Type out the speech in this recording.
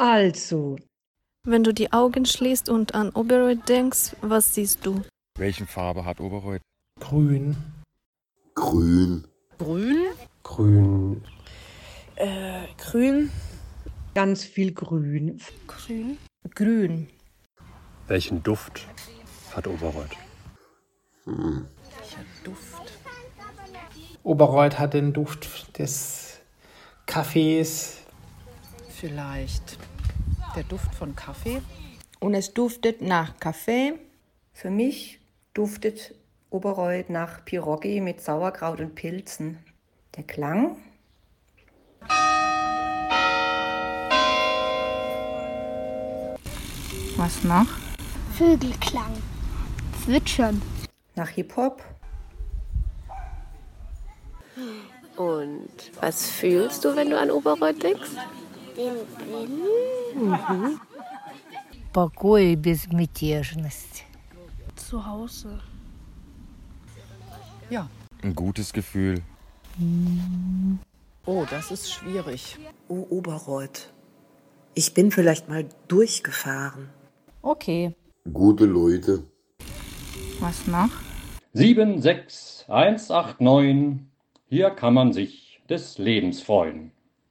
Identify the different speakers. Speaker 1: Also,
Speaker 2: Wenn du die Augen schließt und an Oberoi denkst, was siehst du?
Speaker 3: Welchen Farbe hat Oberreuth?
Speaker 4: Grün.
Speaker 5: Grün.
Speaker 6: Grün?
Speaker 4: Grün.
Speaker 6: Äh, grün.
Speaker 1: ganz viel Grün.
Speaker 2: Grün.
Speaker 6: Grün.
Speaker 4: Welchen Duft hat Oberreuth?
Speaker 5: Hm.
Speaker 6: Duft.
Speaker 7: Oberreuth hat den Duft des Kaffees.
Speaker 6: Vielleicht. Der Duft von Kaffee.
Speaker 8: Und es duftet nach Kaffee.
Speaker 9: Für mich duftet Oberreuth nach Pierogi mit Sauerkraut und Pilzen. Der Klang
Speaker 8: Was noch?
Speaker 10: Vögelklang. Zwitschern.
Speaker 9: nach Hip-Hop.
Speaker 11: Und was fühlst du, wenn du an Oberreuth denkst?
Speaker 10: Den Wind.
Speaker 12: Покой и безмятежность.
Speaker 10: Zu Hause.
Speaker 3: Ein gutes Gefühl.
Speaker 6: Oh, das ist schwierig.
Speaker 13: Oh, Oberreuth. Ich bin vielleicht mal durchgefahren.
Speaker 8: Okay.
Speaker 5: Gute Leute.
Speaker 8: Was noch?
Speaker 14: 76189. Hier kann man sich des Lebens freuen.